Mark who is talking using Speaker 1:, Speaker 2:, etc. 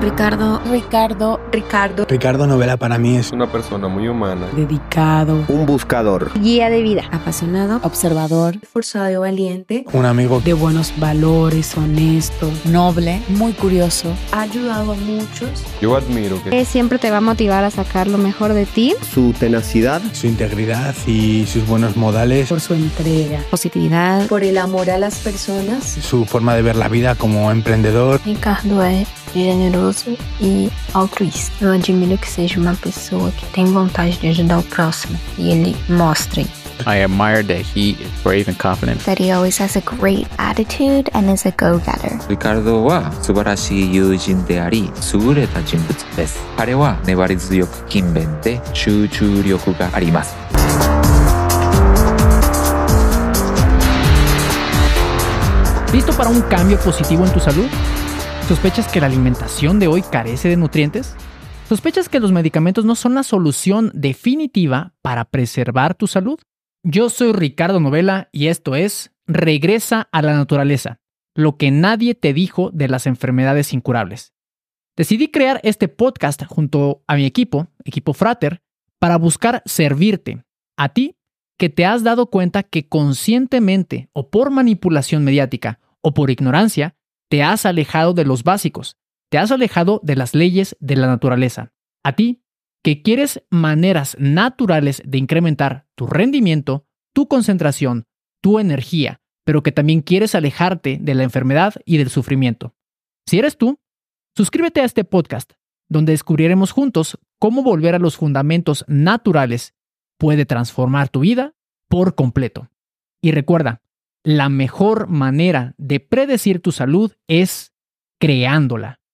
Speaker 1: Ricardo,
Speaker 2: Ricardo,
Speaker 1: Ricardo,
Speaker 3: Ricardo Novela para mí es
Speaker 4: una persona muy humana,
Speaker 2: dedicado,
Speaker 5: un buscador,
Speaker 6: guía de vida,
Speaker 1: apasionado,
Speaker 2: observador,
Speaker 1: esforzado y valiente,
Speaker 3: un amigo
Speaker 2: de buenos valores, honesto, noble, muy curioso,
Speaker 1: ha ayudado a muchos.
Speaker 4: yo admiro que
Speaker 6: que siempre te va a motivar a sacar lo mejor de ti.
Speaker 5: su tenacidad,
Speaker 3: su integridad y sus buenos modales,
Speaker 2: por su entrega,
Speaker 1: Positividad, por el amor a las personas.
Speaker 3: su forma de ver la vida como emprendedor,
Speaker 7: Ricardo é generoso e altruísta. Eu admiro que seja uma pessoa que tem vontade de ajudar o próximo e ele mostra. isso.
Speaker 8: I admire that he is brave and confident.
Speaker 7: That he always has a great attitude and is a go-getter.
Speaker 9: リカルドは素晴らしい友人であり、優れた人物です。彼は粘り強く勤勉で集中力があります。
Speaker 10: ¿Listo para un cambio positivo en tu salud? ¿Sospechas que la alimentación de hoy carece de nutrientes? ¿Sospechas que los medicamentos no son la solución definitiva para preservar tu salud? Yo soy Ricardo Novela y esto es Regresa a la Naturaleza, lo que nadie te dijo de las enfermedades incurables. Decidí crear este podcast junto a mi equipo, equipo Frater, para buscar servirte, a ti que te has dado cuenta que conscientemente o por manipulación mediática o por ignorancia, te has alejado de los básicos, te has alejado de las leyes de la naturaleza. A ti, que quieres maneras naturales de incrementar tu rendimiento, tu concentración, tu energía, pero que también quieres alejarte de la enfermedad y del sufrimiento. Si eres tú, suscríbete a este podcast, donde descubriremos juntos cómo volver a los fundamentos naturales puede transformar tu vida por completo. Y recuerda, la mejor manera de predecir tu salud es creándola.